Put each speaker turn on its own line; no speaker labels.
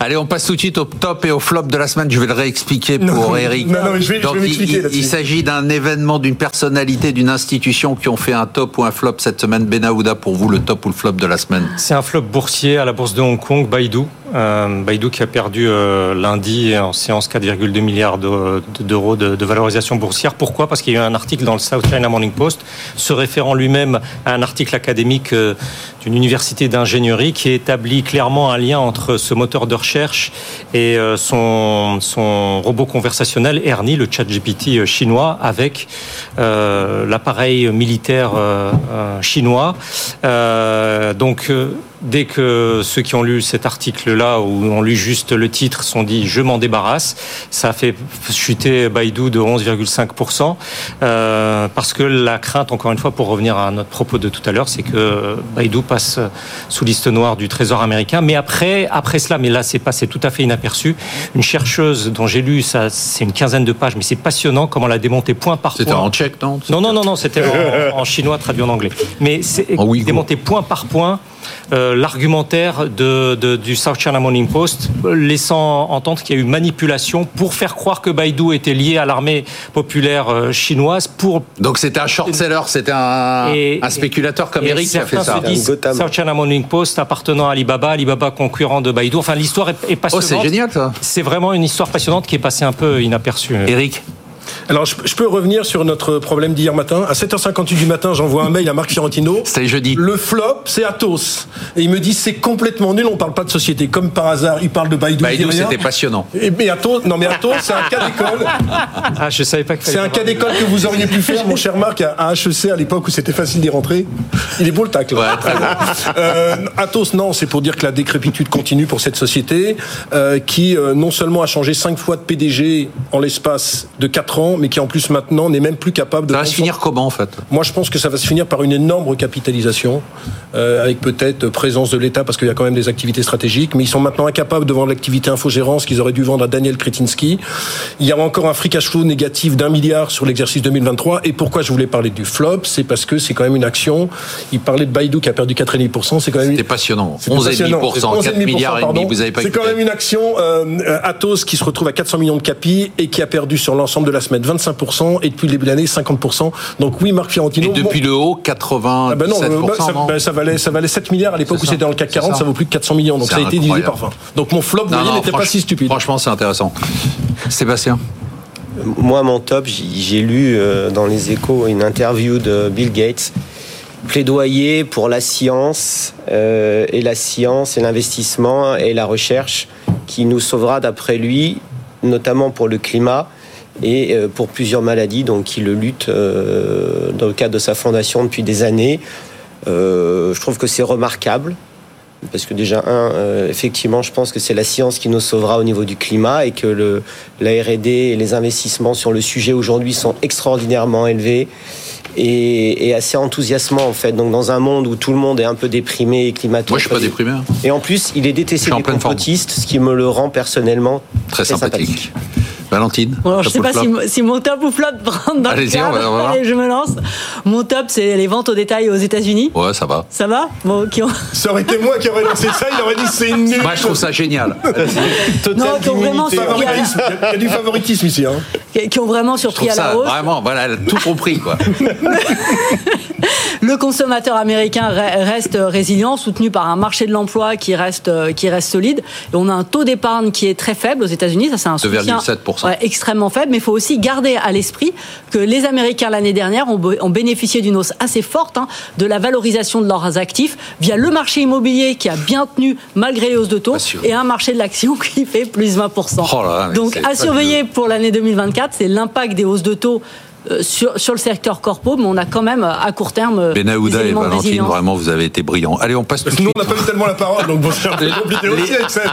Allez, on passe tout de suite au top et au flop de la semaine. Je vais le réexpliquer
Non,
pour
non,
Eric.
non, non, mais je vais- je
Donc,
vais
il-
m'expliquer
il-
là-dessus.
il s'agit d'un événement, d'une personnalité, d'une institution qui ont fait un top ou un flop cette semaine. Benahouda, pour vous, le top ou le flop de la semaine
C'est un flop boursier à la bourse de Hong Kong, Baidu. Euh, Baidu qui a perdu euh, lundi en séance 4,2 milliards d'eu- d'euros de, de valorisation boursière. Pourquoi Parce qu'il y a eu un article dans le South China Morning Post se référant lui-même à un article académique euh, d'une université d'ingénierie qui établit clairement un lien entre ce moteur de recherche et euh, son, son robot conversationnel Ernie, le chat GPT euh, chinois, avec euh, l'appareil militaire euh, euh, chinois. Euh, donc, euh, dès que ceux qui ont lu cet article-là ou ont lu juste le titre sont dit je m'en débarrasse, ça a fait chuter Baidu de 11,5%. euh, parce que la crainte, encore une fois, pour revenir à notre propos de tout à l'heure, c'est que Baidu passe sous liste noire du Trésor américain. Mais après, après cela, mais là, c'est passé tout à fait inaperçu. Une chercheuse dont j'ai lu, ça, c'est une quinzaine de pages, mais c'est passionnant comment la démonter point par
C'était
point.
en tchèque, non
Non, non, non, non, c'était en, en chinois traduit en anglais. Mais c'est
En ouïghour.
démonter point par point euh, l'argumentaire de, de- du South China Morning Post, euh, laissant entendre qu'il y a eu manipulation pour faire croire que Baidu était lié à l'armée populaire euh, chinoise pour
Donc, c'était un short-seller, c'était un,
Et-
Ah, un spéculateur comme
et
Eric qui a fait
certains
ça.
se disent,
Un Gotham.
South China Morning Post appartenant à Alibaba, Alibaba concurrent de Baidu. Enfin, l'histoire est, est
Oh,
passionnante.
c'est génial, ça
C'est vraiment une histoire passionnante qui est passée un peu inaperçue.
Eric
Alors, je, je peux revenir sur notre problème d'hier matin. À 7h58 du matin, j'envoie un mail à Marc Fiorentino.
C'était jeudi.
Le flop, c'est Atos. Et il me dit, c'est complètement nul, on parle pas de société. Comme par hasard, il parle de Baidu. il dit
Baidu,
rien.
c'était passionnant.
Et- Mais Atos, non mais Atos, c'est un cas d'école.
Ah, je savais pas que
C'est un cas d'école que vous auriez pu faire, mon cher Marc, à HEC à l'époque où c'était facile d'y rentrer. Il est beau le tacle. Euh, Atos, non, c'est pour dire que la décrépitude continue pour cette société euh, qui euh, non seulement a changé cinq fois de PDG en l'espace de quatre ans, mais qui en plus maintenant n'est même plus capable de.
Ça va
prendre
se
son-
finir comment, en fait
moi, je pense que ça va se finir par une énorme recapitalisation, euh, avec peut-être présence de l'État, parce qu'il y a quand même des activités stratégiques, mais ils sont maintenant incapables de vendre l'activité infogérance qu'ils auraient dû vendre à Daniel Kretinsky. Il y a encore un free cash flow négatif d'un milliard sur l'exercice 2023. Et pourquoi je voulais parler du flop C'est parce que c'est quand même une action. Il parlait de Baidu qui a perdu 4,5%, c'est quand même une...
C'était passionnant.
C'était passionnant.
11,5%, 4
11,5%,
milliards et demi,
pardon.
vous avez pas
C'est quand
écouté.
même une action euh, euh, Atos qui se retrouve à 400 millions de capi et qui a perdu sur l'ensemble de la semaine 25% et depuis le début de l'année 50%. Donc oui, Marc Fiorentino.
Et depuis
bon,
le haut,
ah
97%.
ben non, bah, ça,
non
bah, ça valait, ça valait 7 milliards à l'époque
C'est
où
ça.
c'était dans le CAC
C'est
40,
ça.
ça vaut plus de 400 millions. Donc
C'est
ça a été divisé
incroyable.
par 20. Donc mon flop, vous
Non,
voyez,
non,
n'était pas
franch-
si stupide.
Franchement, c'est intéressant. Sébastien
Moi, mon top, j- j'ai lu euh, dans les échos une interview de Bill Gates, plaidoyer pour la science, euh, et la science, et l'investissement, et la recherche, qui nous sauvera, d'après lui, notamment pour le climat et euh, pour plusieurs maladies, donc il le lutte euh, dans le cadre de sa fondation depuis des années. Euh, je trouve que c'est remarquable. Parce que déjà, un, euh, effectivement, je pense que c'est la science qui nous sauvera au niveau du climat et que le, la R&D et les investissements sur le sujet aujourd'hui sont extraordinairement élevés et, et assez enthousiasmants en fait. Donc dans un monde où tout le monde est un peu déprimé et climatique.
Moi, je suis pas déprimé. hein.
Et en plus, il est
Je suis
détesté
en
des
pleine forme.
complotistes, ce qui me le rend personnellement
Très
très, sympathique.
sympathique. Valentine
Bon, alors, Oh, je
top
sais
ou
pas
flop
si, mon- si mon top ou flop rentre dans le
Allez-y, on
cadre.
va- on va voir.
Allez, je me lance. Mon top, c'est les ventes au détail aux États-Unis.
Ouais, ça va.
Ça va Bon, qui ont,
Ça aurait été moi qui aurais lancé ça, il aurait dit c'est nul.
Moi, je trouve ça génial.
non, qui ont vraiment
Il y a-
surpris à la-
il y a du favoritisme ici. Hein.
qui- qui ont vraiment
Je
surpris
trouve
à
ça
la hausse.
vraiment, voilà, elle a tout compris, quoi.
Le consommateur américain re- reste résilient, soutenu par un marché de l'emploi qui reste, qui reste solide. Et on a un taux d'épargne qui est très faible aux États-Unis. Ça, c'est un soutien
2,7%.
ouais, extrêmement faible. Mais il faut aussi garder à l'esprit que les Américains, l'année dernière, ont, be- ont bénéficié d'une hausse assez forte hein, de la valorisation de leurs actifs via le marché immobilier qui a bien tenu malgré les hausses de taux
Assuré.
et un marché de l'action qui fait plus 20%.
Oh là là, mais
Donc,
c'est
à
fabuleux.
surveiller pour l'année 2024, c'est l'impact des hausses de taux euh, sur, sur le secteur corpo, mais on a quand même euh, à court terme euh, des
Benahouda Ben et
éléments de
Valentine,
résilience.
vraiment, vous avez été brillants. Allez, on passe tout de
Nous,
suite.
on n'a pas eu tellement la parole, donc bon, c'est un peu compliqué aussi avec Seb.